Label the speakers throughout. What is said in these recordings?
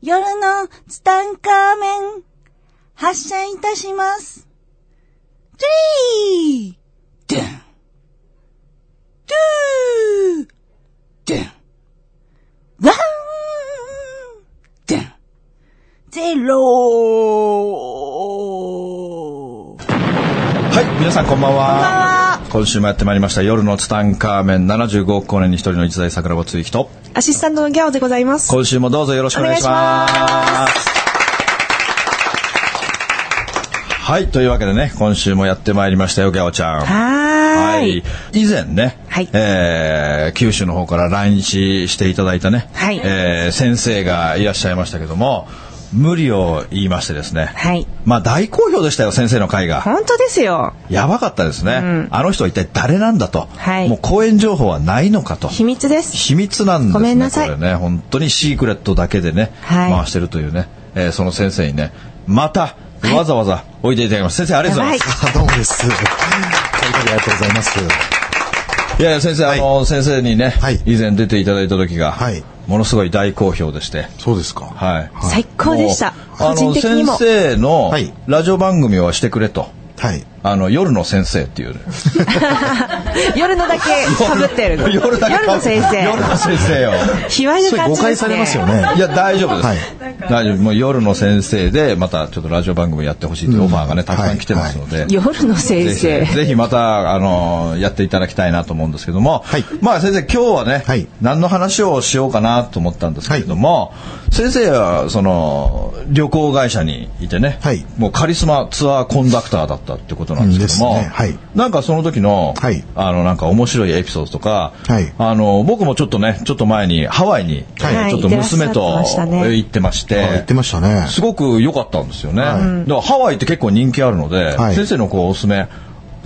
Speaker 1: 夜のツタンカーメン、発射いたします。トゥリードゥントゥードゥンワンドゥンゼロー
Speaker 2: はい、皆さんこんばんは。
Speaker 1: こんばんは
Speaker 2: 今週もやってまいりました夜のツタンカーメン75億光年に一人の一大桜庭つゆきと、
Speaker 3: アシスタントのギャオでございます。
Speaker 2: 今週もどうぞよろしくお願いします。
Speaker 3: お
Speaker 2: はい、というわけでね、今週もやってまいりましたよ、ギャオちゃん。
Speaker 3: はーい。。
Speaker 2: 以前ね、
Speaker 3: はい
Speaker 2: えー九州の方から来日していただいたね、
Speaker 3: はい
Speaker 2: えー先生がいらっしゃいましたけども、無理を言いましてですね、
Speaker 3: はい
Speaker 2: まあ大好評でしたよ、先生の会が。
Speaker 3: 本当ですよ。
Speaker 2: やばかったですね、あの人は一体誰なんだと、
Speaker 3: はい
Speaker 2: もう公演情報はないのかと
Speaker 3: 秘密です。
Speaker 2: 秘密なんですね
Speaker 3: ごめんなさい
Speaker 2: これね本当にシークレットだけでね、
Speaker 3: はい
Speaker 2: 回してるというね、えーその先生にねまたわざわざおいでいただきます、先生ありがとうございます、
Speaker 4: あどうもです。お二人ありがとうございます。
Speaker 2: い、やいや先生、あの先生にね、
Speaker 4: はい
Speaker 2: 以前出ていただいた時が、
Speaker 4: はい
Speaker 2: ものすごい大好評でして
Speaker 4: そうですか。
Speaker 2: はい
Speaker 3: 最高でした。
Speaker 2: もう
Speaker 3: 個人的に
Speaker 2: あの
Speaker 3: も。
Speaker 2: 先生の
Speaker 4: はい
Speaker 2: ラジオ番組をしてくれと
Speaker 4: はい。
Speaker 2: あの夜の先生っていうね
Speaker 3: 夜のだけ被ってる。
Speaker 2: 夜だけ
Speaker 3: の先
Speaker 2: 夜
Speaker 3: 生。
Speaker 2: の先生よ
Speaker 3: 卑猥な
Speaker 4: それ
Speaker 3: 感
Speaker 4: 誤
Speaker 3: じで
Speaker 4: 解
Speaker 3: す
Speaker 4: さ
Speaker 3: ね。
Speaker 4: れますよね。
Speaker 2: いや、大丈夫です。
Speaker 4: はい
Speaker 2: 大丈夫。もう夜の先生で、またちょっとラジオ番組やってほしいというオファーがね、たくさん来てますので。
Speaker 3: 夜の先
Speaker 2: ぜひ
Speaker 3: 生。
Speaker 2: ぜひまた、あのやっていただきたいなと思うんですけども、
Speaker 4: はい
Speaker 2: まあ先生、今日はね、
Speaker 4: はい
Speaker 2: 何の話をしようかなと思ったんですけれども、先生は、その、旅行会社にいてね、
Speaker 4: はい
Speaker 2: もうカリスマツアーコンダクターだったってことなんですけども、
Speaker 4: うんですねはい
Speaker 2: なんかその時の、
Speaker 4: はい
Speaker 2: あの、なんか面白いエピソードとか、
Speaker 4: はい
Speaker 2: あの、僕もちょっとね、ちょっと前にハワイに、
Speaker 3: はい
Speaker 2: ちょっと娘と
Speaker 3: 行ってらっしゃってましたね
Speaker 2: 行ってまして、
Speaker 4: あ言ってましたね。
Speaker 2: すごく良かったんですよね。
Speaker 4: はい
Speaker 2: だからハワイって結構人気あるので、
Speaker 4: はい
Speaker 2: 先生のこうおすすめ、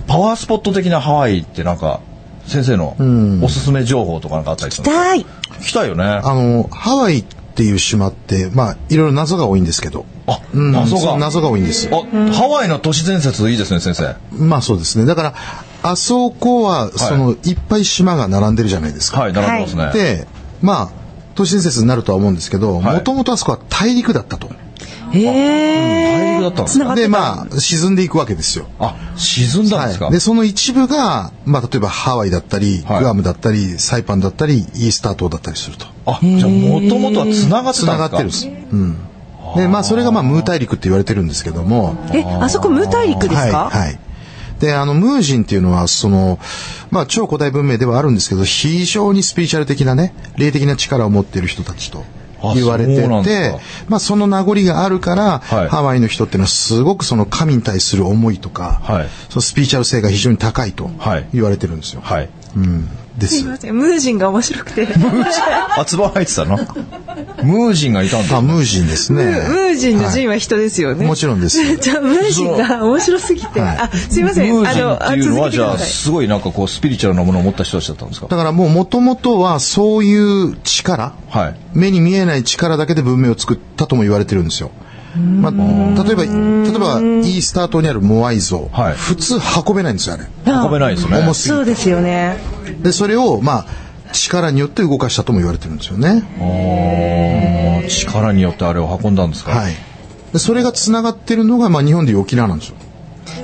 Speaker 2: パワースポット的なハワイってなんか、先生のおすすめ情報とかなんかあったりするんですか
Speaker 3: 痛い。
Speaker 2: 聞きたいよね。あ、
Speaker 4: あの、ハワイっていう島って、まあ、いろいろ謎が多いんですけど。うん
Speaker 2: あ、そうか。
Speaker 4: の謎が多いんです。
Speaker 2: あ、ハワイの都市伝説いいですね、先生。
Speaker 4: まあそうですね。だから、あそこは、その、いっぱい島が並んでるじゃないですか。
Speaker 2: はい、並んでますね。
Speaker 4: で、まあ、都市伝説になるとは思うんですけど、
Speaker 2: はい
Speaker 4: もともとあそこは大陸だったと。
Speaker 3: え
Speaker 2: 大陸だったんです
Speaker 3: 繋が
Speaker 2: か
Speaker 3: っ
Speaker 4: で、まあ、沈んでいくわけですよ。
Speaker 2: あ、沈んだんですか、
Speaker 4: はい、でその一部が、まあ、例えばハワイだったり、
Speaker 2: はい
Speaker 4: グアムだったりサイパンだったりイースター島だったりすると
Speaker 2: あ、じゃあもともとは繋がって
Speaker 4: 繋
Speaker 2: たん
Speaker 4: が
Speaker 2: で
Speaker 4: っ
Speaker 2: すか
Speaker 4: てるんです、うん、でまあそれが、まあ、ムー大陸って言われてるんですけども
Speaker 3: ー。え、あそこ無大陸ですか
Speaker 4: はい、はい、であのムージンっていうのはその、まあ、超古代文明ではあるんですけど非常にスピリチュアル的なね霊的な力を持っている人たちと
Speaker 2: あ
Speaker 4: 言われ
Speaker 2: そ
Speaker 4: て
Speaker 2: うなんです
Speaker 4: て
Speaker 2: か
Speaker 4: まあ、その名残があるから、
Speaker 2: はい
Speaker 4: ハワイの人っていうのはすごくその神に対する思いとか、
Speaker 2: はい
Speaker 4: そのスピリチュアル性が非常に高いと
Speaker 2: はい
Speaker 4: 言われてるんですよ。
Speaker 2: はい。
Speaker 4: うん、ですす
Speaker 3: い。ません。ムージンが面白くて。ム
Speaker 2: あ、つば入ってたのムージンがいたんです
Speaker 4: あ、ムージンですね。
Speaker 3: ージンのジンは人ですよね。
Speaker 4: もちろんです
Speaker 3: じゃあ、ムージンが面白すぎて。
Speaker 4: はい
Speaker 3: あ、すいません。
Speaker 2: ムー
Speaker 3: あ
Speaker 2: ジン
Speaker 3: の、
Speaker 2: って
Speaker 3: あ
Speaker 2: いうのは、
Speaker 3: 続けて
Speaker 2: じ
Speaker 3: く
Speaker 2: ゃ
Speaker 3: だ
Speaker 2: あ、
Speaker 3: さい。
Speaker 2: すごいなんかこう、スピリチュアルなものを持った人たちだったんですか
Speaker 4: だからもう元々はそういう力、
Speaker 2: はい
Speaker 4: 目に見えない力だけで文明を作ったとも言われてるんですよ。まあ、例えば、例えば、イースター島にあるモアイ像、
Speaker 2: はい
Speaker 4: 普通運べないんですよ、あれ。
Speaker 2: 運べないですね。
Speaker 4: 重す
Speaker 3: そうですよね。
Speaker 4: で、それを、まあ、力によって動かしたとも言われてるんですよね。
Speaker 2: あー力によってあれを運んだんですか、
Speaker 4: はい。で、それが繋がってるのが、まあ、日本でいう沖縄なんですよ。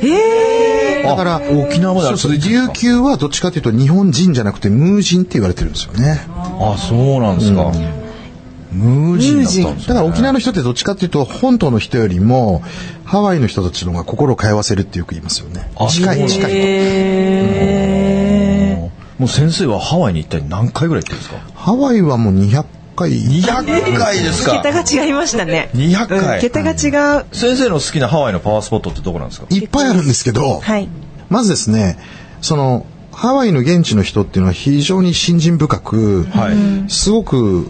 Speaker 3: ええ
Speaker 4: だから、
Speaker 2: 沖縄まで
Speaker 4: そうそう
Speaker 2: 続いてるんです
Speaker 4: 琉
Speaker 2: か
Speaker 4: 球はどっちかというと、日本人じゃなくて、無人って言われてるんですよね。
Speaker 2: あそうなんですか、無人だったんです
Speaker 4: だ
Speaker 2: ね
Speaker 4: から沖縄の人ってどっちかっていうと本島の人よりもハワイの人たちの方が心を通わせるってよく言いますよね
Speaker 2: あ
Speaker 4: 近い近い
Speaker 3: え
Speaker 2: もう先生はハワイに一体何回ぐらい行ってるんですか
Speaker 4: とハワイはもう200回
Speaker 2: 200回ですか
Speaker 3: 桁が違いましたね。
Speaker 2: 200回
Speaker 3: うん桁が違う。
Speaker 2: 先生の好きなハワイのパワースポットってどこなんですか
Speaker 4: いっぱいあるんですけど、
Speaker 3: はい。
Speaker 4: まずですねそのハワイの現地の人っていうのは非常に信心深く、
Speaker 2: はい
Speaker 4: すごく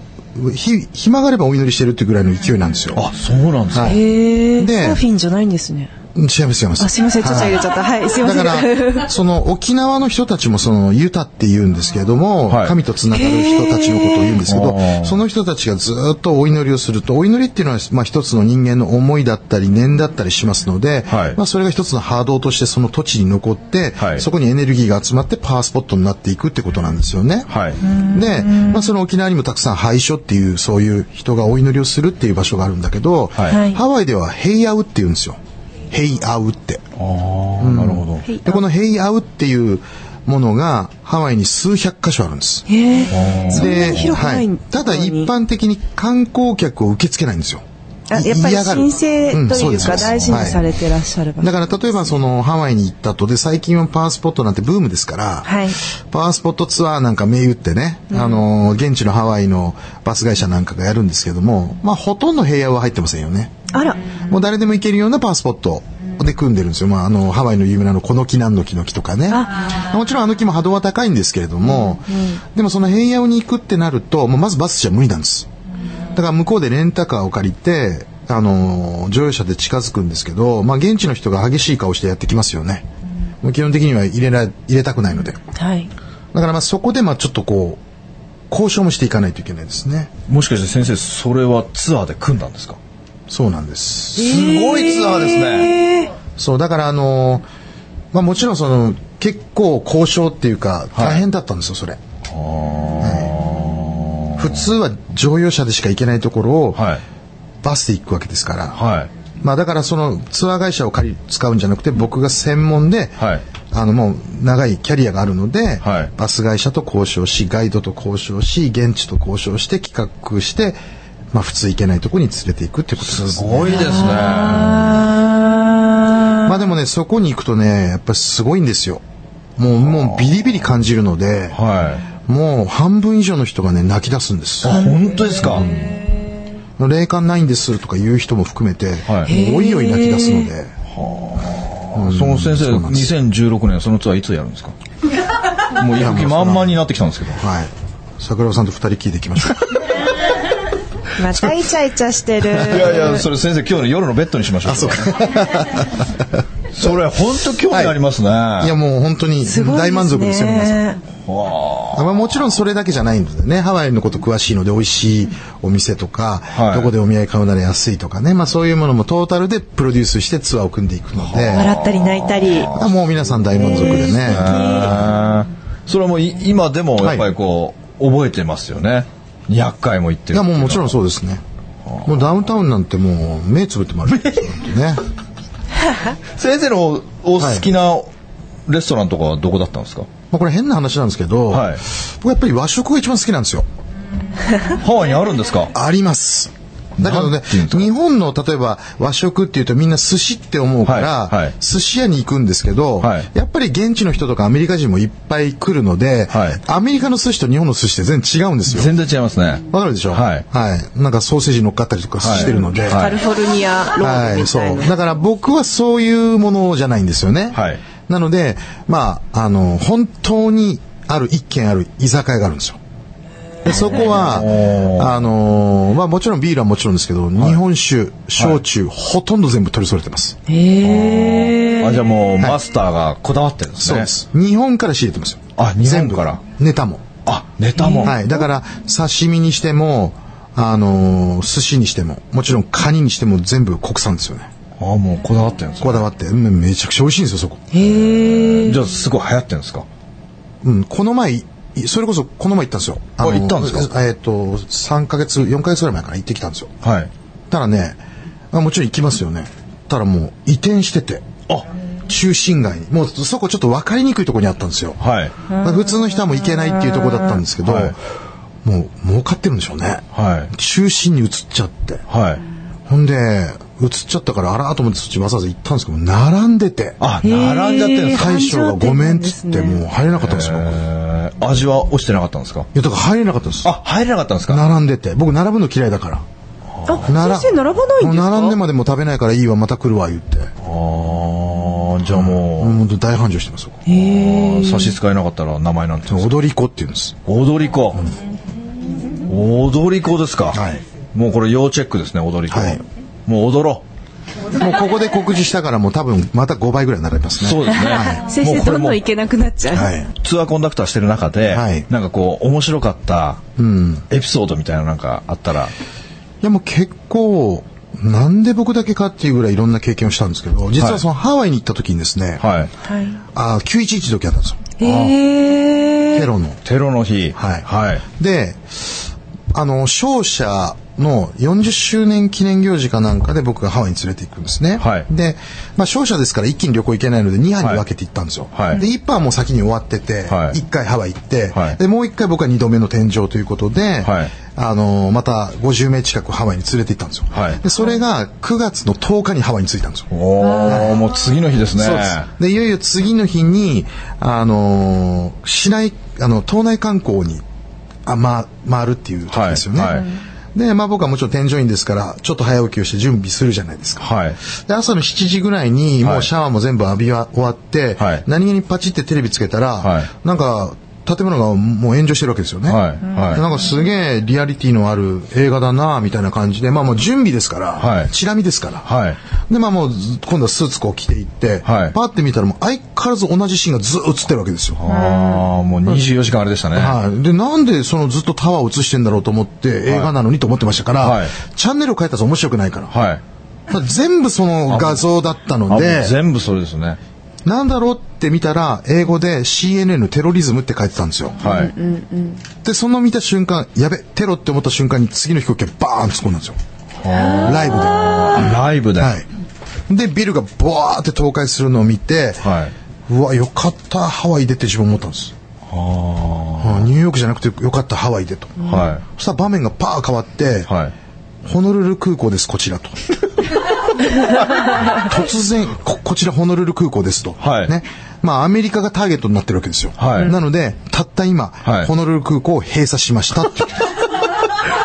Speaker 4: ひ暇があればお祈りしてるっていうぐらいの勢いなんですよ
Speaker 2: あそうなんですか、
Speaker 4: はい
Speaker 3: へえ。
Speaker 4: で
Speaker 3: サーフィンじゃないんですね。
Speaker 4: 違います、違います。
Speaker 3: あ、すいません、ちょっと入れちゃった。はい、すいま
Speaker 4: だ
Speaker 3: せ
Speaker 4: か
Speaker 3: ん。
Speaker 4: ら、その沖縄の人たちもそのユタって言うんですけれども、
Speaker 2: はい
Speaker 4: 神とつながる人たちのことを言うんですけ
Speaker 2: へー
Speaker 4: ど、その人たちがずっとお祈りをすると、お祈りっていうのは、まあ一つの人間の思いだったり念だったりしますので、
Speaker 2: はい
Speaker 4: まあそれが一つの波動としてその土地に残って、
Speaker 2: はい
Speaker 4: そこにエネルギーが集まってパワースポットになっていくってことなんですよね。
Speaker 2: はい。
Speaker 4: で、まあ、その沖縄にもたくさん廃所っていう、そういう人がお祈りをするっていう場所があるんだけど、
Speaker 2: はい
Speaker 1: はい
Speaker 4: ハワイでは、ヘイアウって言うんですよ。ヘイアウって。
Speaker 2: ああ、なるほど。
Speaker 4: で、このヘイアウっていうものが、ハワイに数百箇所あるんです。
Speaker 3: えー、そんな
Speaker 4: で、
Speaker 3: に広くない
Speaker 4: はいただ一
Speaker 3: 般
Speaker 4: 般的に観光客を受け付けないんですよ。
Speaker 3: あやっぱり
Speaker 4: 嫌がる
Speaker 3: 神聖
Speaker 4: ん
Speaker 3: と
Speaker 4: そ
Speaker 3: いう
Speaker 4: です
Speaker 3: か大事にされてらっしゃる場
Speaker 4: だ
Speaker 3: 所。
Speaker 4: から例えばそのハワイに行った後で最近はパワースポットなんてブームですから、
Speaker 3: はい
Speaker 4: パワースポットツアーなんか銘打ってね、あのー現地のハワイのバス会社なんかがやるんですけども、まあほとんど平野は入ってませんよね。
Speaker 3: あら、
Speaker 4: もう誰でも行けるようなパワースポットで組んでるんですよ。まああのハワイの有名なあのこの木なんの木の木とかね。もちろんあの木も波動は高いんですけれども、でもその平野に行くってなると、もうまずバスじゃ無理なんです。だから向こうでレンタカーを借りて、あのー乗用車で近づくんですけど、まあ、現地の人が激しい顔してやってきますよね。もう基本的には入れら、入れたくないので。だか
Speaker 3: はい。
Speaker 4: らまあそこでまあちょっとこう、交渉もしていかないといけないですね。
Speaker 2: もしかして先生、それはツアーで組んだんですか
Speaker 4: そうなんです。
Speaker 2: すごいツアーですね。
Speaker 4: そう、だからあのーまあもちろんその、結構交渉っていうか、大変だったんですよ、それ。はい普通は乗用車でしか行けないところを、
Speaker 2: はい。
Speaker 4: バスで行くわけですから。
Speaker 2: はい。
Speaker 4: まあだからそのツアー会社を借り使うんじゃなくて僕が専門で、
Speaker 2: はい
Speaker 4: あのもう長いキャリアがあるので、
Speaker 2: はい
Speaker 4: バス会社と交渉しガイドと交渉し現地と交渉して企画して、まあ、普通行けないとこに連れて行くってことです、ね、
Speaker 2: すごいですね。
Speaker 4: まあでもねそこに行くとねやっぱりすごいんですよもうもうビリビリ感じるので
Speaker 2: はい。
Speaker 4: もう半分以上の人がね泣き出すんです
Speaker 2: あ、本当ですか
Speaker 4: 霊感ないんですとか言う人も含めて、
Speaker 2: はい
Speaker 4: おいおい泣き出すので。
Speaker 2: その先生、
Speaker 4: そうなんです
Speaker 2: 2016年、そのツアーいつやるんですかもう行く気満々になってきたんですけど。
Speaker 4: はい。桜尾さんと二人聞いていき ましょう。
Speaker 3: またイチャイチャして る。
Speaker 2: いやいや、 それ先生、今日の夜のベッドにしましょう。そうか。 それ、本当興味ありますね。
Speaker 4: いやもう本当に
Speaker 3: すごいですね
Speaker 4: 大満足ですよ、皆さん。
Speaker 2: わ
Speaker 4: まあもちろんそれだけじゃないのでね、ハワイのこと詳しいので美味しいお店とか、
Speaker 2: はい
Speaker 4: どこでお土産買うなら安いとかね、まあそういうものもトータルでプロデュースしてツアーを組んでいくので、
Speaker 3: 笑ったり泣いたり。
Speaker 4: あもう皆さん大満足でね。
Speaker 2: あそれはもうい今でもやっぱりこう、覚えてますよね。200回も行って
Speaker 4: い
Speaker 2: る
Speaker 4: や
Speaker 2: って
Speaker 4: もう
Speaker 2: う
Speaker 4: もちろん
Speaker 2: ん。
Speaker 4: そうですね。もうダウンタウンなんてもう目つぶってもらうね。
Speaker 2: 先生のお好きなレストランとかはどこだったんですか
Speaker 4: まあこれ変な話なんですけど、
Speaker 2: はい
Speaker 4: 僕やっぱり和食が一番好きなんですよ。
Speaker 2: ハワイにあるんですか
Speaker 4: あります。だけ
Speaker 2: な
Speaker 4: ど
Speaker 2: ん
Speaker 4: ね
Speaker 2: ていうんです、か
Speaker 4: 日本の例えば和食っていうとみんな寿司って思うか
Speaker 2: は
Speaker 4: ら、
Speaker 2: いはい
Speaker 4: 寿司屋に行くんですけど、
Speaker 2: はい
Speaker 4: やっぱり現地の人とかアメリカ人もいっぱい来るので、
Speaker 2: はい
Speaker 4: アメリカの寿司と日本の寿司って全然違うんですよ。
Speaker 2: 全然違いますね。
Speaker 4: わかるでしょ
Speaker 2: はい
Speaker 4: なんかソーセージ乗っかったりとかしてるので。
Speaker 2: は
Speaker 3: カ
Speaker 2: い
Speaker 3: リフォルニアロールみ
Speaker 4: そ。
Speaker 3: たいうな。
Speaker 4: だから僕はそういうものじゃないんですよね。
Speaker 2: はい
Speaker 4: なので、まあ、あの、本当にある、一軒ある居酒屋があるんですよ。でそこは、あのーまあもちろんビールはもちろんですけど、日本酒、焼酎、ほとんど全部取り揃えてます。
Speaker 3: へえ。
Speaker 2: あじゃあもうマスターがこだわってるんですね。
Speaker 4: そうで。す。日本から仕入れてますよ。
Speaker 2: あ日本から
Speaker 4: 全部ネタも。
Speaker 2: あネタも。
Speaker 4: はい。だから、刺身にしても、あのー寿司にしても、もちろんカニにしても全部国産ですよね。
Speaker 2: あもうこだわってるんです
Speaker 4: こ
Speaker 2: か
Speaker 4: だわって、うんめちゃくちゃ美味しいんですよ、そこ。
Speaker 2: じゃあすごい流行ってるんですか
Speaker 4: うん、この前、いそれこそこの前行ったんですよ。
Speaker 2: あ行ったんです
Speaker 4: かえっ、と、3ヶ月、4ヶ月ぐらい前から行ってきたんですよ。
Speaker 2: はい。
Speaker 4: ただね、まあ、もちろん行きますよね。ただもう移転してて、
Speaker 2: あ
Speaker 4: 中心街に、もうそこちょっと分かりにくいところにあったんですよ。
Speaker 2: はい。
Speaker 4: まあ普通の人はもう行けないっていうところだったんですけど、
Speaker 2: はい
Speaker 4: もう儲かってるんでしょうね。
Speaker 2: はい。
Speaker 4: 中心に移っちゃって。
Speaker 2: はい。
Speaker 4: ほんで、移っちゃったから、あらーと思ってそっちわざわざ行ったんですけど、並んでて、
Speaker 2: あ並んじゃってるんですか
Speaker 4: 大将がごめんっつって、もう入れなかったんですよ。
Speaker 2: え
Speaker 4: 僕い
Speaker 2: ー味は落ちてなかったんですか
Speaker 4: や、だから入れなかったんです。
Speaker 2: あ入れなかったんですか
Speaker 4: 並んでて僕並ぶの嫌いだから
Speaker 3: あ、先生並ばないん
Speaker 4: もう
Speaker 3: ですか
Speaker 4: 並んでまでも食べないからいいわまた来るわ言って
Speaker 2: あーじゃあもう。
Speaker 4: もう本当大繁盛してますそこ
Speaker 2: あー差し支えなかったら名前なんて言うんですか
Speaker 4: 踊り子って言うんです
Speaker 2: 踊り子、踊り子ですか、
Speaker 4: はい
Speaker 2: もうこれ要チェックですね踊り子、
Speaker 4: はい
Speaker 2: もう踊ろ
Speaker 4: もうここで告示したからもう多分また5倍ぐらい並びますね。
Speaker 2: そうですね
Speaker 4: は
Speaker 3: 先生どんどん行けなくなっちゃう。
Speaker 4: い。はい。
Speaker 2: ツアーコンダクターしてる中で、
Speaker 4: はい
Speaker 2: なんかこう面白かった
Speaker 4: うん。い
Speaker 2: エピソードみたいなのなんかあったら
Speaker 4: やもう結構、なんで僕だけかっていうぐらいいろんな経験をしたんですけど、実はそのハワイに行った時にですね、
Speaker 2: はい
Speaker 3: はい。
Speaker 4: あー911時あったんですよ。
Speaker 3: へえ
Speaker 4: テ。ロの。
Speaker 2: テロの日
Speaker 4: はい
Speaker 2: はい
Speaker 4: で、あの、勝者の40周年記念行事かなんかで僕がハワイに連れて行くんですね。
Speaker 2: はい
Speaker 4: で、まあ、勝者ですから一気に旅行行けないので2班に分けて行ったんですよ。
Speaker 2: はい
Speaker 4: で、1班はもう先に終わってて、
Speaker 2: はい
Speaker 4: 1回ハワイ行って、
Speaker 2: はい
Speaker 4: で、もう1回僕は2度目の天井ということで、
Speaker 2: はい
Speaker 4: あの、また50名近くハワイに連れて行ったんですよ。
Speaker 2: はい
Speaker 4: で、それが9月の10日にハワイに着いたんですよ。
Speaker 2: おーもう次の日ですね
Speaker 4: そうです。で、いよいよ次の日に、あのー市内、あの、島内観光に、あ、ま、回るっていう時ですよね。
Speaker 2: はいはい
Speaker 4: で、まあ僕はもちろん添乗員ですから、ちょっと早起きをして準備するじゃないですか。
Speaker 2: はい
Speaker 4: で、朝の7時ぐらいに、
Speaker 2: はい
Speaker 4: もうシャワーも全部浴びは終わって、
Speaker 2: はい
Speaker 4: 何気にパチってテレビつけたら、
Speaker 2: はい
Speaker 4: なんか、建物がもう炎上してるわけですよね。
Speaker 2: はい
Speaker 4: で
Speaker 2: はい
Speaker 4: なんかすげえリアリティのある映画だなみたいな感じで、まあもう準備ですから、
Speaker 2: はい
Speaker 4: チラ見ですから、
Speaker 2: はい
Speaker 4: で、まあもうず、今度はスーツこう着ていって、
Speaker 2: はい
Speaker 4: パーって見たらもう相変わらず同じシーンがずっと映ってるわけですよ。は
Speaker 2: ああもう24時間あれでしたね
Speaker 4: い。で、なんでそのずっとタワーを映してんだろうと思って、映画なのにと思ってましたから、
Speaker 2: はい
Speaker 4: チャンネルを変えたら面白くないから。
Speaker 2: はい
Speaker 4: まあ全部その画像だった
Speaker 2: あも
Speaker 4: の
Speaker 2: う
Speaker 4: で、
Speaker 2: 全部それですね
Speaker 4: なんだろうって見たら、英語で CNN テロリズムって書いてたんですよ。
Speaker 2: はい
Speaker 4: で、その見た瞬間、やべ、テロって思った瞬間に次の飛行機がバーン突っ込んだんですよ。ライブで。は
Speaker 2: ライブではい
Speaker 4: い。で、ビルがボワーって倒壊するのを見て、うわ、よかった、ハワイでって自分思ったんです。
Speaker 2: は
Speaker 4: あニューヨークじゃなくてよかった、ハワイでと。
Speaker 2: あは
Speaker 4: そしたら場面がパー変わって、
Speaker 2: いはい
Speaker 4: ホノルル空港です、こち らと。突然こ、こちらホノルル空港ですと。
Speaker 2: はい
Speaker 4: ね。まあ、アメリカがターゲットになってるわけですよ。
Speaker 2: はい
Speaker 4: なので、たった今、
Speaker 2: はい
Speaker 4: ホノルル空港を閉鎖しましたって。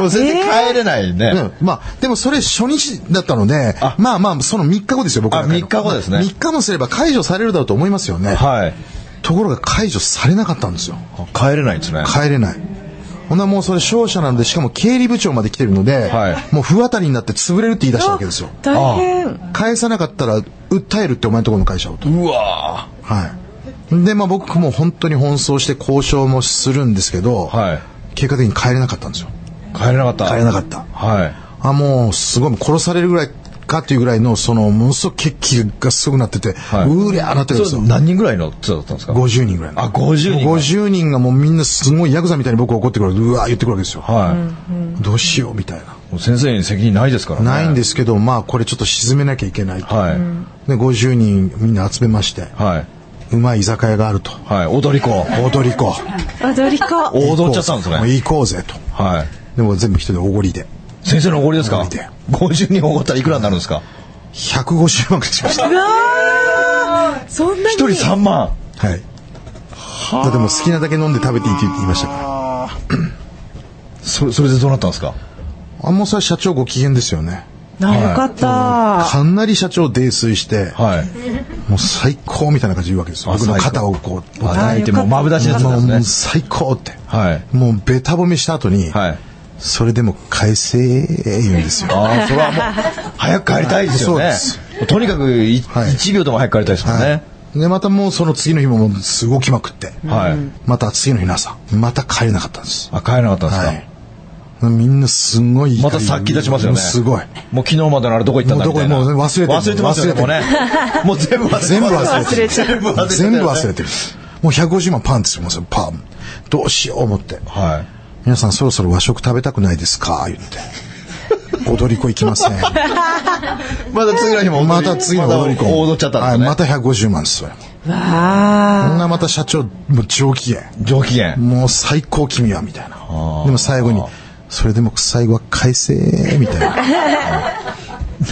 Speaker 2: もう全然帰れないね、
Speaker 4: うんまあ、でもそれ初日だったので、まあまあ、その3日後ですよ、僕らの
Speaker 2: あ3日後ですね
Speaker 4: 3日もすれば解除されるだろうと思いますよね。
Speaker 2: はい
Speaker 4: ところが解除されなかったんですよ。
Speaker 2: あ帰れないですね
Speaker 4: 帰れない。ほんならもうそれ商社なんで、しかも経理部長まで来てるので、
Speaker 2: はい
Speaker 4: もう不当たりになって潰れるって言い出したわけですよ。
Speaker 3: 大変。
Speaker 4: 返さなかったら、訴えるってお前のところの会社をと。
Speaker 2: うわ
Speaker 4: はい。で、まあ僕も本当に奔走して交渉もするんですけど、
Speaker 2: はい
Speaker 4: 結果的に帰れなかったんですよ。
Speaker 2: ー帰れなかった
Speaker 4: 帰れなかった。
Speaker 2: はい
Speaker 4: あ、もうすごい、殺されるぐらいかっていうぐらいの、その、ものすごく血気がすごくなってて、
Speaker 2: いう
Speaker 4: ーりゃーなってるんです
Speaker 2: そ
Speaker 4: よ
Speaker 2: れ。何人ぐらいのツアーだったんですか
Speaker 4: 50人ぐらいの。
Speaker 2: あ50人
Speaker 4: もう50人がもうみんなすごいヤクザみたいに僕を怒ってくるわけうわー言ってくるわけですよ。
Speaker 2: はい、
Speaker 4: どうしようみたいな。
Speaker 2: もう先生に責任ないですからね
Speaker 4: ないんですすけど、まあこれちょっと沈めなきゃいけないと。
Speaker 2: はい、
Speaker 4: で、50人みんな集めまして、
Speaker 2: は
Speaker 4: うまい居酒屋があると。
Speaker 2: いはい踊り子
Speaker 4: 踊り子。
Speaker 3: 踊り子。
Speaker 2: 踊っちゃったんです
Speaker 4: もう
Speaker 2: ね
Speaker 4: 行こうぜと。
Speaker 2: はい
Speaker 4: でも全部一人でおごりで。
Speaker 2: 先生のおごりですか
Speaker 4: おごりで
Speaker 2: 50人おごったらいくらになるんですか
Speaker 4: 150万くらいしま した。
Speaker 3: うわーそんな
Speaker 2: 一
Speaker 3: に。
Speaker 2: 人3万
Speaker 4: はい。だってもう好きなだけ飲んで食べていいって言いましたか。
Speaker 2: それそれでどうなったんですから
Speaker 4: あ、もうそれ社長ご機嫌ですよね。
Speaker 3: なよかった。
Speaker 4: かなり社長泥酔して、
Speaker 2: はい
Speaker 4: もう最高みたいな感じで言うわけですよ。
Speaker 2: あ
Speaker 4: 僕の
Speaker 2: 最高
Speaker 4: 肩をこう、
Speaker 2: 叩いてもうまぶだしのやつ
Speaker 4: もう
Speaker 2: なん
Speaker 4: も
Speaker 2: で
Speaker 4: う
Speaker 2: す
Speaker 4: 最高って。
Speaker 2: ねはい
Speaker 4: もうベタ褒めした後に、
Speaker 2: はい
Speaker 4: それでも返せー言うん ですよ。
Speaker 2: ああそれはもう早く帰りたいですよね
Speaker 4: そう
Speaker 2: とにかくい
Speaker 4: はい
Speaker 2: 一秒でも早く帰りたいですもんね
Speaker 4: はいで、またもうその次の日ももうすごきまくって、
Speaker 2: はい、
Speaker 4: また次の日の朝、また帰れなかったんです。
Speaker 2: あ帰れなかったんですか、
Speaker 4: はい。みんなすごい怒り
Speaker 2: また殺気出しますよね。
Speaker 4: すごい。
Speaker 2: もう昨日までのあれどこ行ったんだみたいな。
Speaker 4: もうどこもう忘れてる
Speaker 2: 忘れてますよね。もうね。もう全部忘れて
Speaker 4: 全部忘
Speaker 2: 全部忘れ
Speaker 4: れて
Speaker 2: て
Speaker 4: 全部忘れ
Speaker 2: て
Speaker 4: てる。もう150万パンですよ、もうそれパン。どうしよう思って。
Speaker 2: る。はい。
Speaker 4: 皆さんそろそろ和食食べたくないですか 言って。踊り子行きません。
Speaker 2: また次の日も
Speaker 4: また次の踊り子。
Speaker 2: 踊っちゃったんですね。
Speaker 4: はい、また150万です、それ。
Speaker 3: わ
Speaker 4: こんなまた社長、もう上機嫌。
Speaker 2: 上機嫌。
Speaker 4: もう最高君は、みたいな。でも最後に、それでも最後は返せー、みた いな。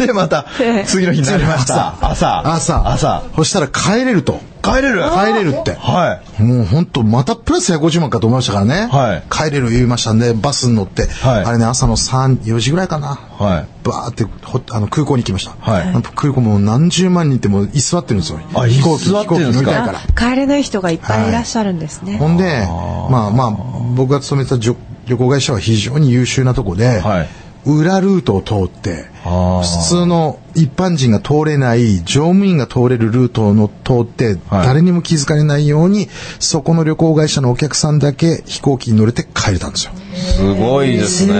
Speaker 2: で、また、次の日になりました。朝。
Speaker 4: 朝。
Speaker 2: 朝。。
Speaker 4: そしたら帰れると。
Speaker 2: 帰れる
Speaker 4: 帰れるって。
Speaker 2: は
Speaker 4: もう本当またプラス150万かと思いましたからね。
Speaker 2: はい
Speaker 4: 帰れる言いましたんで、バスに乗って、
Speaker 2: はい
Speaker 4: あれね、朝の3、4時ぐらいかな。
Speaker 2: はい
Speaker 4: バーってほあの空港に行きました。
Speaker 2: はい
Speaker 4: あの空港もう何十万人ってもう居座ってるんですよ。
Speaker 2: あ
Speaker 4: 飛行機、
Speaker 2: 居座っ
Speaker 4: 飛行
Speaker 2: て
Speaker 4: 機
Speaker 2: るんです
Speaker 4: 乗り
Speaker 2: か
Speaker 4: たいか
Speaker 3: あ。。
Speaker 4: ら
Speaker 3: 帰れない人がいっぱいいらっしゃるんですね。
Speaker 4: ほんで、まあまあ、僕が勤めてたじょ旅行会社は非常に優秀なとこで、
Speaker 2: はい
Speaker 4: 裏ルートを通って、
Speaker 2: あー
Speaker 4: 普通の一般人が通れない、乗務員が通れるルートをの通って、
Speaker 2: はい
Speaker 4: 誰にも気づかれないように、そこの旅行会社のお客さんだけ飛行機に乗れて帰れたんですよ。
Speaker 2: すごいですね。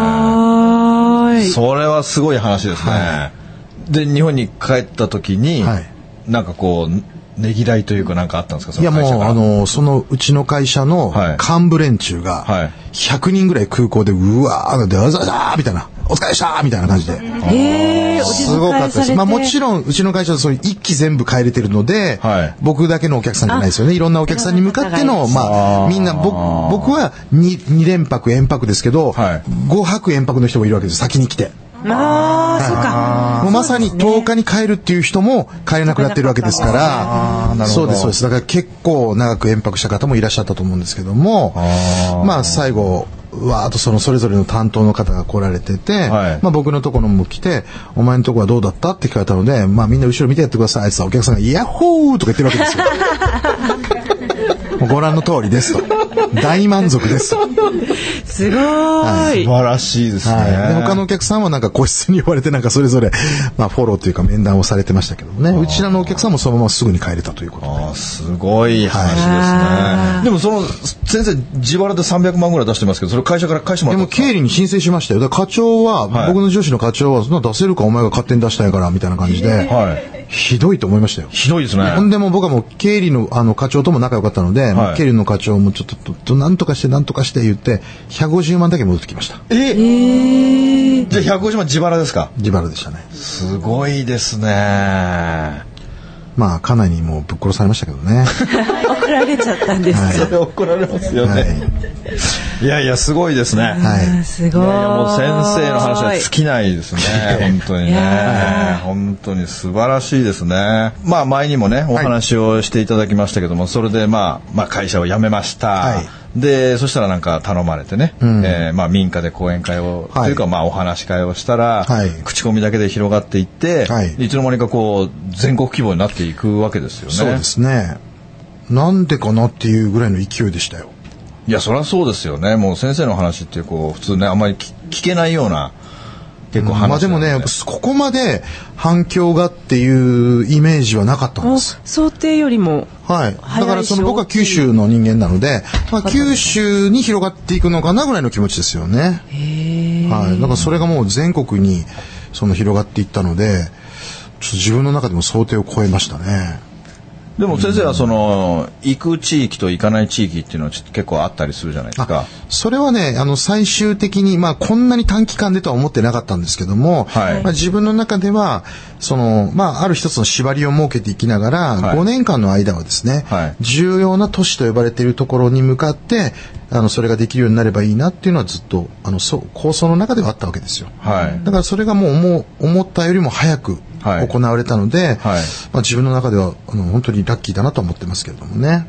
Speaker 3: はーい。
Speaker 2: それはすごい話ですね。
Speaker 4: は
Speaker 2: で、日本に帰った時に、
Speaker 4: はい
Speaker 2: なんかこう、ねぎらいというかなんかあったんですかそ
Speaker 4: いや
Speaker 2: の会社
Speaker 4: もう、
Speaker 2: から
Speaker 4: あの、そのうちの会社の
Speaker 2: はい
Speaker 4: 幹部連中が
Speaker 2: はい、
Speaker 4: 100人ぐらい空港で、うわー、だざわざわみたいな、お疲れでしたみたいな感じで。
Speaker 3: ええ、お手
Speaker 4: すごか
Speaker 3: 伝
Speaker 4: っ
Speaker 3: い
Speaker 4: た
Speaker 3: さ
Speaker 4: で
Speaker 3: れ
Speaker 4: す。
Speaker 3: て。
Speaker 4: まあもちろん、うちの会社はそういう一機全部帰れてるので、
Speaker 2: はい
Speaker 4: 僕だけのお客さんじゃないですよね。いろんなお客さんに向かっての、ま
Speaker 2: あ
Speaker 4: あ、
Speaker 2: ー
Speaker 4: みんな、僕、僕は 2, 2連泊、延泊ですけど、
Speaker 2: はい
Speaker 4: 5泊延泊の人もいるわけです、先に来て。
Speaker 3: ああ、そうか。
Speaker 4: もうまさに10日に帰るっていう人も帰れなくなってるわけですから、そうです、そうです。だから結構長く延泊した方もいらっしゃったと思うんですけども、まあ最後、わーっとそのそれぞれの担当の方が来られてて、
Speaker 2: はい
Speaker 4: まあ僕のところも来て、お前のところはどうだったって聞かれたので、まあみんな後ろ見てやってくださいってさ、お客さんが、イヤッホーとか言ってるわけですよ。もうご覧の通りですと。大満足ですと。
Speaker 3: すごー
Speaker 2: 素
Speaker 3: い。
Speaker 2: 晴らしいですね。
Speaker 4: はい、で他のお客さんはなんか個室に呼ばれてなんかそれぞれ、まあ、フォローというか面談をされてましたけどもねうちらのお客さんもそのまますぐに帰れたということで
Speaker 2: あーすごい話ですね、でもその先生自腹で300万ぐらい出してますけどそれ会社から返しても
Speaker 4: で
Speaker 2: らった
Speaker 4: も
Speaker 2: んですか
Speaker 4: 経理に申請しましたよだから課長は、
Speaker 2: はい
Speaker 4: 僕の上司の課長はそんな出せるかお前が勝手に出したいからみたいな感じで、
Speaker 2: はい
Speaker 4: ひどいと思いましたよ
Speaker 2: ひどいですね
Speaker 4: ほんでもう僕はもう経理のあの課長とも仲良かったので、まあ経理の課長もちょっとととなんとかしてなんとかして言って150万だけ戻ってきました
Speaker 2: えじゃあ150万自腹ですか
Speaker 4: 自腹でしたね
Speaker 2: すごいですね
Speaker 4: まあかなりもうぶっ殺されましたけ どね
Speaker 3: 怒られちゃったんです
Speaker 4: は
Speaker 3: よ。
Speaker 2: それ怒られますよ
Speaker 4: はい、
Speaker 2: ね、い、やいやすごいですね、
Speaker 4: はい
Speaker 3: すご
Speaker 2: い
Speaker 3: ーい。
Speaker 2: やいやもう先生の話は尽きないですね。本当に
Speaker 3: い
Speaker 2: ね
Speaker 3: や。
Speaker 2: 本当に素晴らしいですね。まあ前にもね、お話をしていただきましたけども、それでまあ、まあ会社を辞めました。
Speaker 4: は
Speaker 2: で、そしたらなんか頼まれてね、えーまあ民家で講演会を、
Speaker 4: はい
Speaker 2: というかまあお話し会をしたら、
Speaker 4: はい
Speaker 2: 口コミだけで広がっていって、
Speaker 4: はい
Speaker 2: でいつの間にかこう、全国規模になっていくわけですよね。
Speaker 4: そうですね。なんでかなっていうぐらいの勢いでしたよ。
Speaker 2: いや、そりゃそうですよね。もう先生の話ってこう、普通ね、あんまり聞聞けないような、結構話なの
Speaker 4: まあでもね、やっぱここまで反響がっていうイメージはなかったん
Speaker 3: お
Speaker 4: です。
Speaker 3: 想定よりも。
Speaker 4: はい。だ
Speaker 3: 早い
Speaker 4: からその
Speaker 3: し
Speaker 4: 僕は九州の人間なので、まあ九州に広がっていくのかなぐらいの気持ちですよね。はい。だからそれがもう全国にその広がっていったので、ちょっと自分の中でも想定を超えましたね。
Speaker 2: でも先生はその行く地域と行かない地域っていうのはちょっと結構あったりするじゃないですか。
Speaker 4: それはね、あの、最終的に、まあ、こんなに短期間でとは思ってなかったんですけども、
Speaker 2: はい
Speaker 4: まあ、自分の中では、その、まあ、ある一つの縛りを設けていきながら、
Speaker 2: はい
Speaker 4: 5年間の間はですね、
Speaker 2: はい
Speaker 4: 重要な都市と呼ばれているところに向かって、あの、それができるようになればいいなっていうのはずっと、あの、そう、構想の中ではあったわけですよ。
Speaker 2: はい。
Speaker 4: だからそれがもう思う思ったよりも早く
Speaker 2: はい
Speaker 4: 行われたので、
Speaker 2: はい
Speaker 4: まあ、自分の中ではあの本当にラッキーだなとは思ってますけれどもね。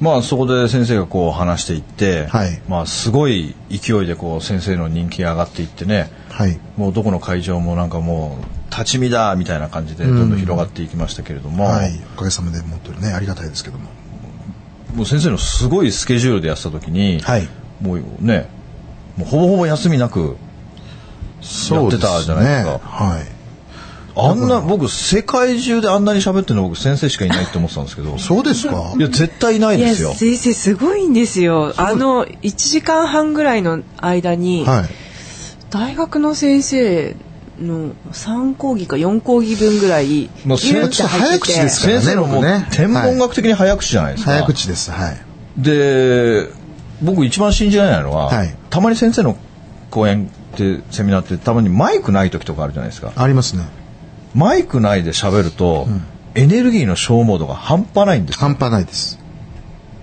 Speaker 2: まあそこで先生がこう話していって、
Speaker 4: はい
Speaker 2: まあすごい勢いでこう先生の人気が上がっていってね、
Speaker 4: はい。
Speaker 2: もうどこの会場もなんかもう立ち見だみたいな感じでどんどん広がっていきましたけれども、
Speaker 4: はい、おかげさまで本当にねありがたいですけども
Speaker 2: もう先生のすごいスケジュールでやってた時に、
Speaker 4: はい
Speaker 2: もうね、もうほぼほぼ休みなくやってたじゃないですか。
Speaker 4: はい
Speaker 2: あんな僕世界中であんなに喋ってるの僕先生しかいないって思ってたんですけど。
Speaker 4: そうですか
Speaker 2: いや絶対いない
Speaker 3: い
Speaker 2: で
Speaker 3: や、
Speaker 2: すよ。
Speaker 3: 先生すごいんですよ。あの、1時間半ぐらいの間に、
Speaker 4: はい
Speaker 3: 大学の先生の3講義か4講義分ぐらい、
Speaker 2: もう
Speaker 3: ギューて入ってて
Speaker 4: ちょっと早口ですから
Speaker 2: 先生のもう
Speaker 4: 僕ね
Speaker 2: 天文学的に早口じゃないですか。
Speaker 4: 早口ですはい
Speaker 2: で僕一番信じられないのは、
Speaker 4: はい
Speaker 2: たまに先生の講演ってセミナーってたまにマイクない時とかあるじゃないですか。
Speaker 4: ありますね
Speaker 2: マイクないで喋ると、エネルギーの消耗度が半端ないんですよ。
Speaker 4: 半端ないです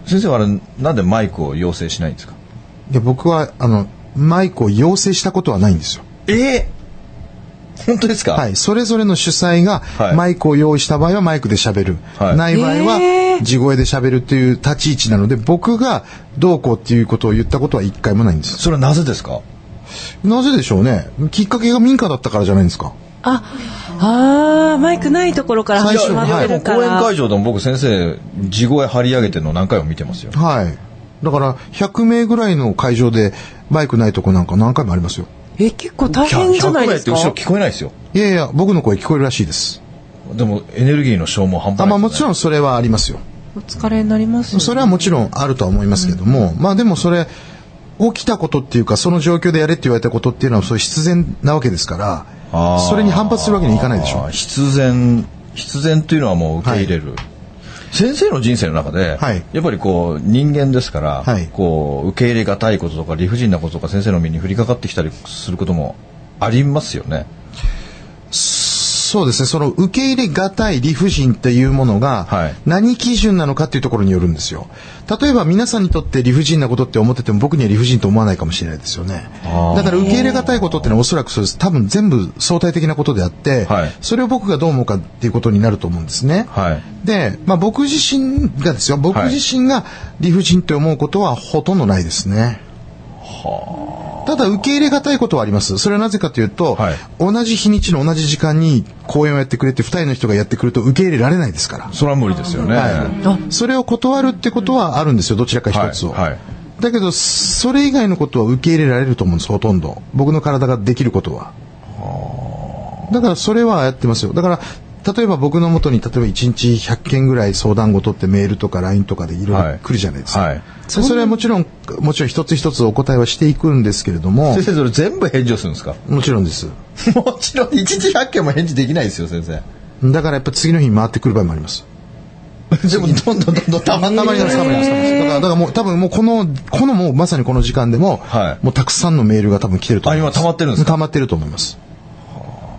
Speaker 2: 先生はあれなんでマイクを要請しないんですか。
Speaker 4: で僕はあのマイクを要請したことはないんですよ
Speaker 2: ええ本当ですか。
Speaker 4: はいそれぞれの主催が
Speaker 2: はい
Speaker 4: マイクを用意した場合はマイクで喋る、
Speaker 2: はい
Speaker 4: ない場合
Speaker 3: え
Speaker 4: は
Speaker 3: ー
Speaker 4: 地声で喋るという立ち位置なので僕がどうこうっていうことを言ったことは一回もないんです
Speaker 2: それはなぜですか。
Speaker 4: なぜでしょうねきっかけが民家だったからじゃないですか
Speaker 3: あ、あーマイクないところから
Speaker 4: 最
Speaker 3: 始
Speaker 4: 初
Speaker 3: まって
Speaker 4: はい
Speaker 2: で
Speaker 3: る
Speaker 2: も
Speaker 3: か
Speaker 2: 講演
Speaker 3: ら。
Speaker 2: 会場でも僕先生地声張り上げてるの何回も見てますよ。
Speaker 4: はいだから、100名ぐらいの会場で、バイクないとこなんか何回もありますよ。
Speaker 3: え、結構大変じゃないです
Speaker 2: って
Speaker 3: か
Speaker 2: 後ろ聞こえないですよ。
Speaker 4: いやいや、僕の声聞こえるらしいです。
Speaker 2: でもエネルギーの消耗半端ないですよね、
Speaker 4: あまあもちろんそれはありますよ。
Speaker 3: お疲れになりますよね
Speaker 4: それはもちろんあるとは思いますけども、まあでもそれ、起きたことっていうか、その状況でやれって言われたことっていうのは、そういう必然なわけですから、それに反発するわけにいかないでし
Speaker 2: あ
Speaker 4: ょ
Speaker 2: ー。必然必然というのはもう受け入れる、先生の人生の中で、
Speaker 4: はい
Speaker 2: やっぱりこう人間ですから、
Speaker 4: はい
Speaker 2: こう受け入れがたいこととか理不尽なこととか先生の身に降りかかってきたりすることもありますよね
Speaker 4: そうですね、その受け入れがたい理不尽っていうものが
Speaker 2: はい、
Speaker 4: 何基準なのかっていうところによるんですよ。例えば皆さんにとって理不尽なことって思ってても、僕には理不尽と思わないかもしれないですよね。だから受け入れがたいことってのはおそらくそうです。多分全部相対的なことであって
Speaker 2: はい、
Speaker 4: それを僕がどう思うかっていうことになると思うんですね。
Speaker 2: はい
Speaker 4: で、まあ、僕自身がですよ僕
Speaker 2: はい
Speaker 4: 自身が理不尽と思うことはほとんどないですね。ただ受け入れがたいことはあります。それはなぜかというと、
Speaker 2: はい
Speaker 4: 同じ日にちの同じ時間に公演をやってくれて、二人の人がやってくると受け入れられないですから。
Speaker 2: それは無理ですよね、
Speaker 4: はい、それを断るってことはあるんですよ、どちらか一つを。
Speaker 2: はいはい
Speaker 4: だけど、それ以外のことは受け入れられると思うんです、ほとんど。僕の体ができることは。だから、それはやってますよ。だから、例えば僕の元に、例えば1日100件ぐらい相談事ってメールとか LINE とかでいろい
Speaker 2: は
Speaker 4: ろ
Speaker 2: い
Speaker 4: 来るじゃないですか。
Speaker 2: はい
Speaker 4: そそれはもちろん、もちろん一つ一つお答えはしていくんですけれど も
Speaker 2: 先、生それ全部返事をするんですか
Speaker 4: もちろんです。
Speaker 2: もちろん一日100件も返事できないですよ先生
Speaker 4: だからやっぱ次の日に回ってくる場合もあります。
Speaker 2: でもどんどんどんどんたまん
Speaker 4: たまります、たまります、たまります。だから、だからもう、多分もうこの、このもうまさにこの時間でも、
Speaker 2: はい
Speaker 4: もうたくさんのメールが多分来てると思います。
Speaker 2: あ今溜まってるんですか
Speaker 4: 溜まってると思います。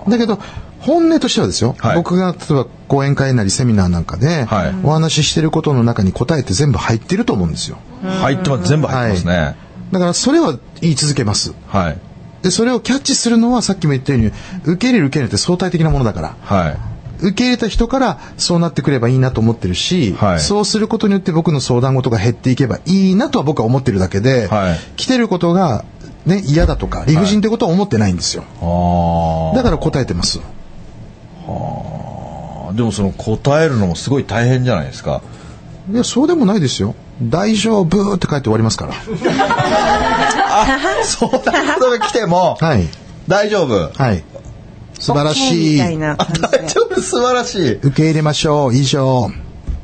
Speaker 4: だけど、本音としてはですよ、
Speaker 2: はい
Speaker 4: 僕が例えば講演会なりセミナーなんかで、
Speaker 2: はい
Speaker 4: お話ししてることの中に答えって全部入ってると思うんですよ。
Speaker 2: 入ってます全部入ってますね
Speaker 4: だからそれは言い続けます。
Speaker 2: はい、はい
Speaker 4: で、それをキャッチするのはさっきも言ったように、受け入れる受け入れって相対的なものだから。受け入れた人からそうなってくればいいなと思ってるし、
Speaker 2: はい
Speaker 4: そうすることによって僕の相談事が減っていけばいいなとは僕は思ってるだけで、
Speaker 2: はい
Speaker 4: 来てることが、ね、嫌だとか理不尽ってことは思ってないんですよ、
Speaker 2: あ
Speaker 4: だから答えてます
Speaker 2: あでもその答えるのもすごい大変じゃないですか
Speaker 4: いやそうでもないですよ大丈夫って書いて終わりますから
Speaker 2: 相談事が来ても、
Speaker 4: はい
Speaker 2: 大丈夫。
Speaker 4: はい素晴ら
Speaker 3: OK
Speaker 4: し
Speaker 3: み
Speaker 4: い
Speaker 3: たいな
Speaker 2: あ
Speaker 3: 感じで
Speaker 2: 大丈夫、素晴らしい。
Speaker 4: 受け入れましょう以上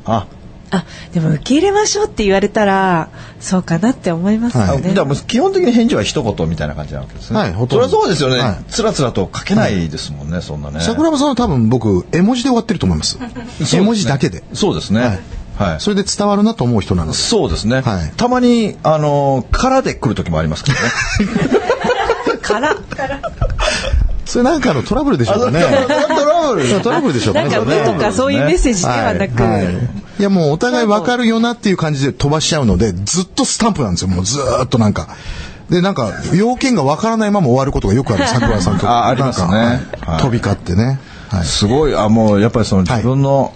Speaker 2: あ、
Speaker 3: あでも受け入れましょうって言われたらそうかなって思います
Speaker 4: は
Speaker 3: よ
Speaker 2: あ
Speaker 4: い
Speaker 3: ね、
Speaker 2: だからもう基本的に返事は一言みたいな感じなわけですね。
Speaker 4: はい
Speaker 2: そ
Speaker 4: ほとん
Speaker 2: りゃ
Speaker 4: ど
Speaker 2: そうですよね、
Speaker 4: はい
Speaker 2: つらつらと書けないですもんね、そんなね。
Speaker 4: 桜庭さんは多分僕絵文字で終わってると思いま
Speaker 2: そ
Speaker 4: す
Speaker 2: うですね
Speaker 4: 絵文字だけで
Speaker 2: そうですね。
Speaker 4: は
Speaker 2: はいい。
Speaker 4: それで伝わるなと思う人なので
Speaker 2: そうですね、
Speaker 4: はい
Speaker 2: たまに、あのー空で来る時もあります からね。
Speaker 3: から
Speaker 4: それなんかのトラブルでしょうかね
Speaker 2: トラブル
Speaker 4: トラブルでしょうか
Speaker 3: な
Speaker 4: ね
Speaker 3: んか
Speaker 4: それ
Speaker 3: 目
Speaker 4: ね
Speaker 3: とかそういうメッセージではなく、
Speaker 4: いい、やもうお互い分かるよなっていう感じで飛ばしちゃうのでずっとスタンプなんですよもうずーっとなんかでなんか要件が分からないまま終わることがよくある桜井さん と
Speaker 2: あありますね
Speaker 4: なんか
Speaker 2: はい
Speaker 4: 飛び交ってね、はい、
Speaker 2: すごい、あ、もうやっぱりその自分の、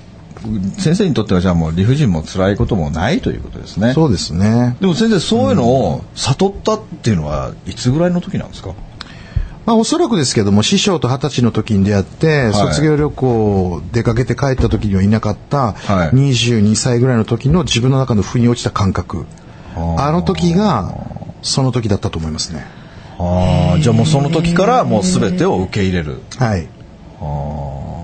Speaker 2: 先生にとってはじゃあもう理不尽も辛いこともないということですね。
Speaker 4: そうですね
Speaker 2: でも先生そういうのを悟ったっていうのはいつぐらいの時なんですか、
Speaker 4: まあおそらくですけども師匠と二十歳の時に出会って、
Speaker 2: い
Speaker 4: 卒業旅行出かけて帰った時にはいなかった、
Speaker 2: はい
Speaker 4: 22歳ぐらいの時の自分の中の腑に落ちた感覚あの時がその時だったと思いますね
Speaker 2: ああじゃあもうその時からもう全てを受け入れる
Speaker 4: はい。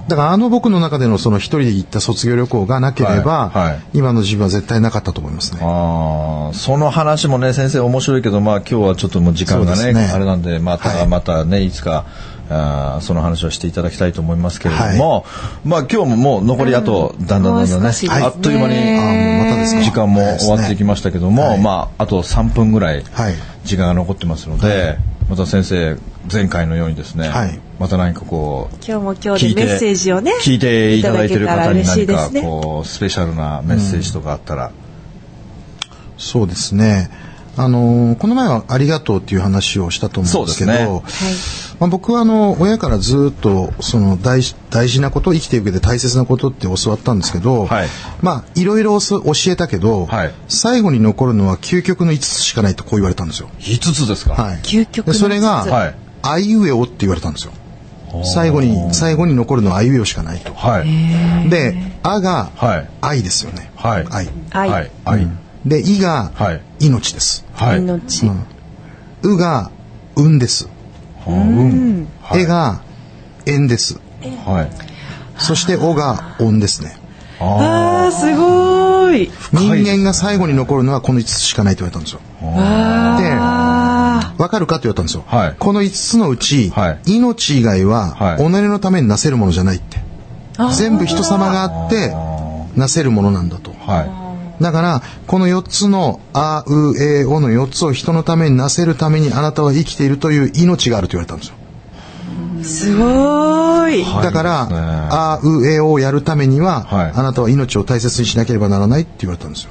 Speaker 4: だからあの僕の中でのその一人で行った卒業旅行がなければ、
Speaker 2: はいはい
Speaker 4: 今の自分は絶対なかったと思いますね。
Speaker 2: ああその話もね先生面白いけどまあ今日はちょっともう時間が
Speaker 4: そう
Speaker 2: ね
Speaker 4: ですね
Speaker 2: あれなんでまた、
Speaker 4: はい
Speaker 2: またねいつかあーその話をしていただきたいと思いますけれども、まあ今日ももう残りあとだんだんだんだん
Speaker 3: も
Speaker 2: ね,、
Speaker 3: う少しですね
Speaker 2: あっという間に
Speaker 4: あまたですか
Speaker 2: 時間も終わってきましたけども、
Speaker 4: はい
Speaker 2: まああと3分ぐらい
Speaker 4: はい
Speaker 2: 時間が残ってますので、また先生前回のようにですね、
Speaker 4: はい
Speaker 2: また何かこう
Speaker 3: 今日も今日でメッセージをね
Speaker 2: 聞いていただいている方に
Speaker 3: いただ
Speaker 2: 何
Speaker 3: けたら
Speaker 2: か
Speaker 3: 嬉しいですね
Speaker 2: こうスペシャルなメッセージとかあったら、
Speaker 4: そうですね。あのーこの前はありがとうっていう話をしたと思うんですけど、
Speaker 2: そう
Speaker 4: まあ、僕はあの親からずっとその大事大事なこと生きていく上で大切なことって教わったんですけど、
Speaker 2: はい
Speaker 4: まあいろいろ教えたけど、
Speaker 2: はい
Speaker 4: 最後に残るのは究極の5つしかないとこう言われたんですよ。
Speaker 2: 5つですか、
Speaker 4: はい、
Speaker 3: 究極の
Speaker 4: でそれが、
Speaker 2: 実はい
Speaker 4: あいうえおって言われたんですよ最後に最後に残るのはあいうえおしかないと
Speaker 2: はい
Speaker 4: で「あ」が
Speaker 2: はい
Speaker 4: 「愛」ですよね
Speaker 2: はい
Speaker 4: 愛
Speaker 2: はい、はい
Speaker 4: で、いが
Speaker 2: はい
Speaker 4: 命です。
Speaker 2: はい。うん。
Speaker 3: 命。
Speaker 4: うが運です。
Speaker 2: うん。
Speaker 4: えが縁です。
Speaker 2: はい。
Speaker 4: そしておが音ですね。
Speaker 3: ああ、すご
Speaker 2: い
Speaker 3: ーい。
Speaker 4: 人
Speaker 2: ですね
Speaker 4: 間が最後に残るのはこの5つしかないと言われたんですよ。で、
Speaker 3: あ
Speaker 4: わかるかって言われたんですよ。
Speaker 2: はい
Speaker 4: この5つのうち、
Speaker 2: はい
Speaker 4: 命以外は
Speaker 2: は、
Speaker 4: 己
Speaker 2: い
Speaker 4: のためになせるものじゃないって。全部人様があって、なせるものなんだと。
Speaker 2: は
Speaker 4: だから、この4つの、あ、う、え、おの4つを人のためになせるためにあなたは生きているという命があると言われたんですよ。
Speaker 3: あ、すごーい。
Speaker 2: い
Speaker 4: だから、
Speaker 2: ですね
Speaker 4: あ、う、え、おをやるためには、
Speaker 2: はい
Speaker 4: あなたは命を大切にしなければならないって言われたんですよ。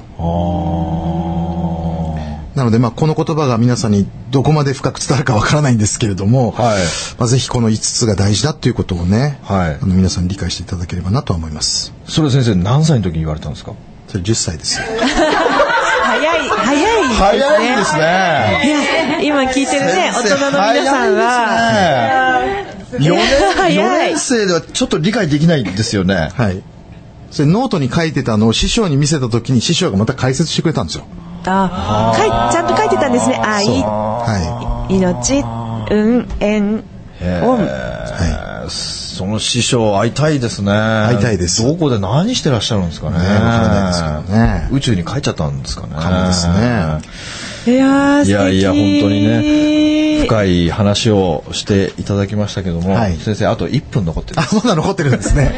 Speaker 4: なので、まあ、この言葉が皆さんにどこまで深く伝わるかわからないんですけれども、
Speaker 2: はい
Speaker 4: まあ、ぜひこの5つが大事だということをね、
Speaker 2: はい
Speaker 4: あの皆さんに理解していただければなとは思います。
Speaker 2: い。それ先生何歳の時に言われたんですか
Speaker 4: それ10歳です。
Speaker 3: 早い、早い。
Speaker 2: 早いですね。
Speaker 3: いや、今聞いてるね、大人の皆さんは、
Speaker 2: 4年、
Speaker 3: 早い
Speaker 2: 四年生ではちょっと理解できないですよね。
Speaker 4: はい。それノートに書いてたのを師匠に見せた時に師匠がまた解説してくれたんですよ。
Speaker 3: あ書いちゃんと書いてたんですね。愛、
Speaker 4: は
Speaker 3: 命、運、縁、恩。
Speaker 2: はい。その師匠会いたいですね。会
Speaker 4: いたいです
Speaker 2: どこで何してらっしゃるんですかね。
Speaker 4: ねわからないですけどね
Speaker 2: 宇宙に帰っちゃったんですかね。
Speaker 4: かもですね
Speaker 3: いやー、
Speaker 2: い
Speaker 3: 素敵
Speaker 2: やいや、本当にね、
Speaker 3: い。
Speaker 2: 深い話をしていただきましたけども、
Speaker 4: はい
Speaker 2: 先生、あと1分残ってる
Speaker 4: い。あ、まだ残ってるんですね。
Speaker 3: もう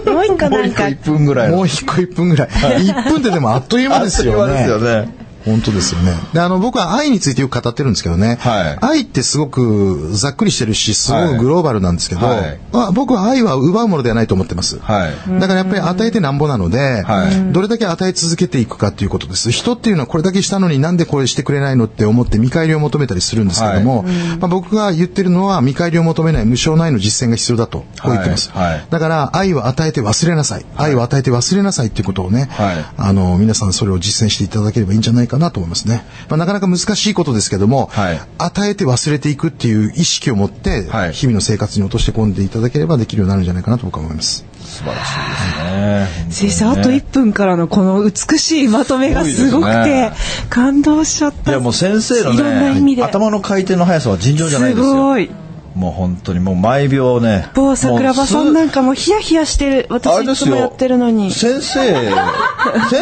Speaker 3: 個、もう一個
Speaker 2: もう
Speaker 3: なん
Speaker 2: 1
Speaker 3: か、
Speaker 2: 回1分ぐらいの。
Speaker 4: もう一個1分ぐらい。1分ってでもあっという間ですよね。
Speaker 2: あっという間ですよね。
Speaker 4: 本当ですよね。で、あの、僕は愛についてよく語ってるんですけどね。
Speaker 2: はい
Speaker 4: 愛ってすごくざっくりしてるし、すごくグローバルなんですけど、
Speaker 2: はい
Speaker 4: まあ僕は愛は奪うものではないと思ってます。
Speaker 2: はい。
Speaker 4: だからやっぱり与えてなんぼなので、
Speaker 2: はい
Speaker 4: どれだけ与え続けていくかっていうことです。人っていうのはこれだけしたのになんでこれしてくれないのって思って見返りを求めたりするんですけども、まあ、僕が言ってるのは見返りを求めない無償の愛の実践が必要だと、こう言ってます。
Speaker 2: はいはい
Speaker 4: だから愛を与えて忘れなさい。愛を与えて忘れなさいっていうことをね、
Speaker 2: はい
Speaker 4: あの、皆さんそれを実践していただければいいんじゃないかなと思いますね。まあ、なかなか難しいことですけども、
Speaker 2: はい
Speaker 4: 与えて忘れていくっていう意識を持って
Speaker 2: は、い
Speaker 4: 日々の生活に落として込んでいただければできるようになるんじゃないかなと僕は思います。
Speaker 2: 素晴らしいですね。
Speaker 3: 先生、あと1分からのこの美しいまとめがすごく
Speaker 2: すごいで
Speaker 3: て、感動しちゃった。
Speaker 2: いや、もう先生の
Speaker 3: いろんな意味
Speaker 2: ね、
Speaker 3: で。
Speaker 2: 頭の回転の速さは尋常じゃないです
Speaker 3: す
Speaker 2: よ
Speaker 3: ご。い。
Speaker 2: もう本当に、もう毎秒ね。
Speaker 3: 某桜庭さんなんかもうヒヤヒヤしてる。
Speaker 2: あ
Speaker 3: 私
Speaker 2: れ
Speaker 3: い
Speaker 2: で
Speaker 3: つ
Speaker 2: す
Speaker 3: も
Speaker 2: よ
Speaker 3: やってるのに。
Speaker 2: 先生先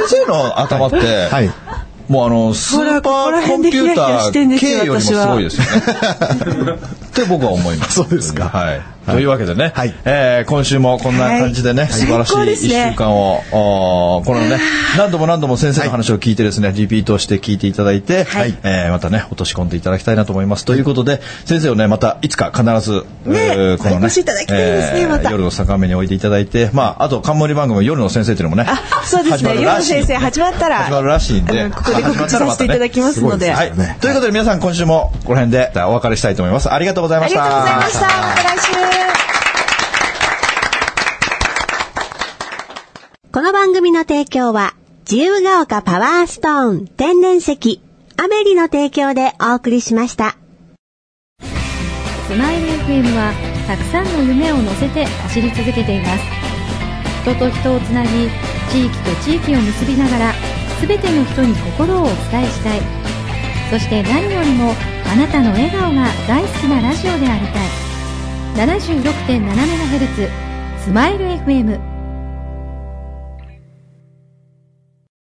Speaker 2: 生の頭って、
Speaker 4: はい
Speaker 2: もうあのスーパーコンピューター K よりもすごいですよね。って僕は思います。
Speaker 4: そうですか
Speaker 2: はい。というわけでね、
Speaker 4: はい
Speaker 2: えー今週もこんな感じでね、
Speaker 3: はい
Speaker 2: 素晴らし
Speaker 3: 最高で
Speaker 2: い
Speaker 3: す
Speaker 2: 一
Speaker 3: ね
Speaker 2: 週間を、おーこのね、何度も何度も先生の話を聞いてですね、リピートして聞いていただいて、
Speaker 3: はい
Speaker 2: えーまたね、落とし込んでいただきたいなと思います。ということで、先生をね、またいつか必ず、
Speaker 3: ね
Speaker 2: えーこの
Speaker 3: お
Speaker 2: ね
Speaker 3: 越しいただきたいですねまた
Speaker 2: 夜を坂目に置いていただいて、まあ、あと冠番組夜の先生っていうのもね、
Speaker 3: あ、そうです
Speaker 2: 始ま
Speaker 3: ね。
Speaker 2: る
Speaker 3: 夜
Speaker 2: ら
Speaker 3: の
Speaker 2: しい
Speaker 3: 先生始まったら、
Speaker 2: 始まるらしいんで
Speaker 3: あのここで告知させていただきますので。
Speaker 4: ま
Speaker 2: は
Speaker 4: た
Speaker 2: い
Speaker 4: ねすごいですよね。
Speaker 2: ということで皆さん今週もこの辺でお別れしたいと思います。ありがとうござい
Speaker 3: あ
Speaker 2: まし
Speaker 3: り
Speaker 2: た。
Speaker 3: がとうございました。また来週。
Speaker 5: この番組の提供は、自由が丘パワーストーン天然石、アメリの提供でお送りしました。
Speaker 6: スマイル FM はたくさんの夢を乗せて走り続けています人と人をつなぎ地域と地域を結びながら全ての人に心をお伝えしたいそして何よりもあなたの笑顔が大好きなラジオでありたい 76.7MHz スマイル FM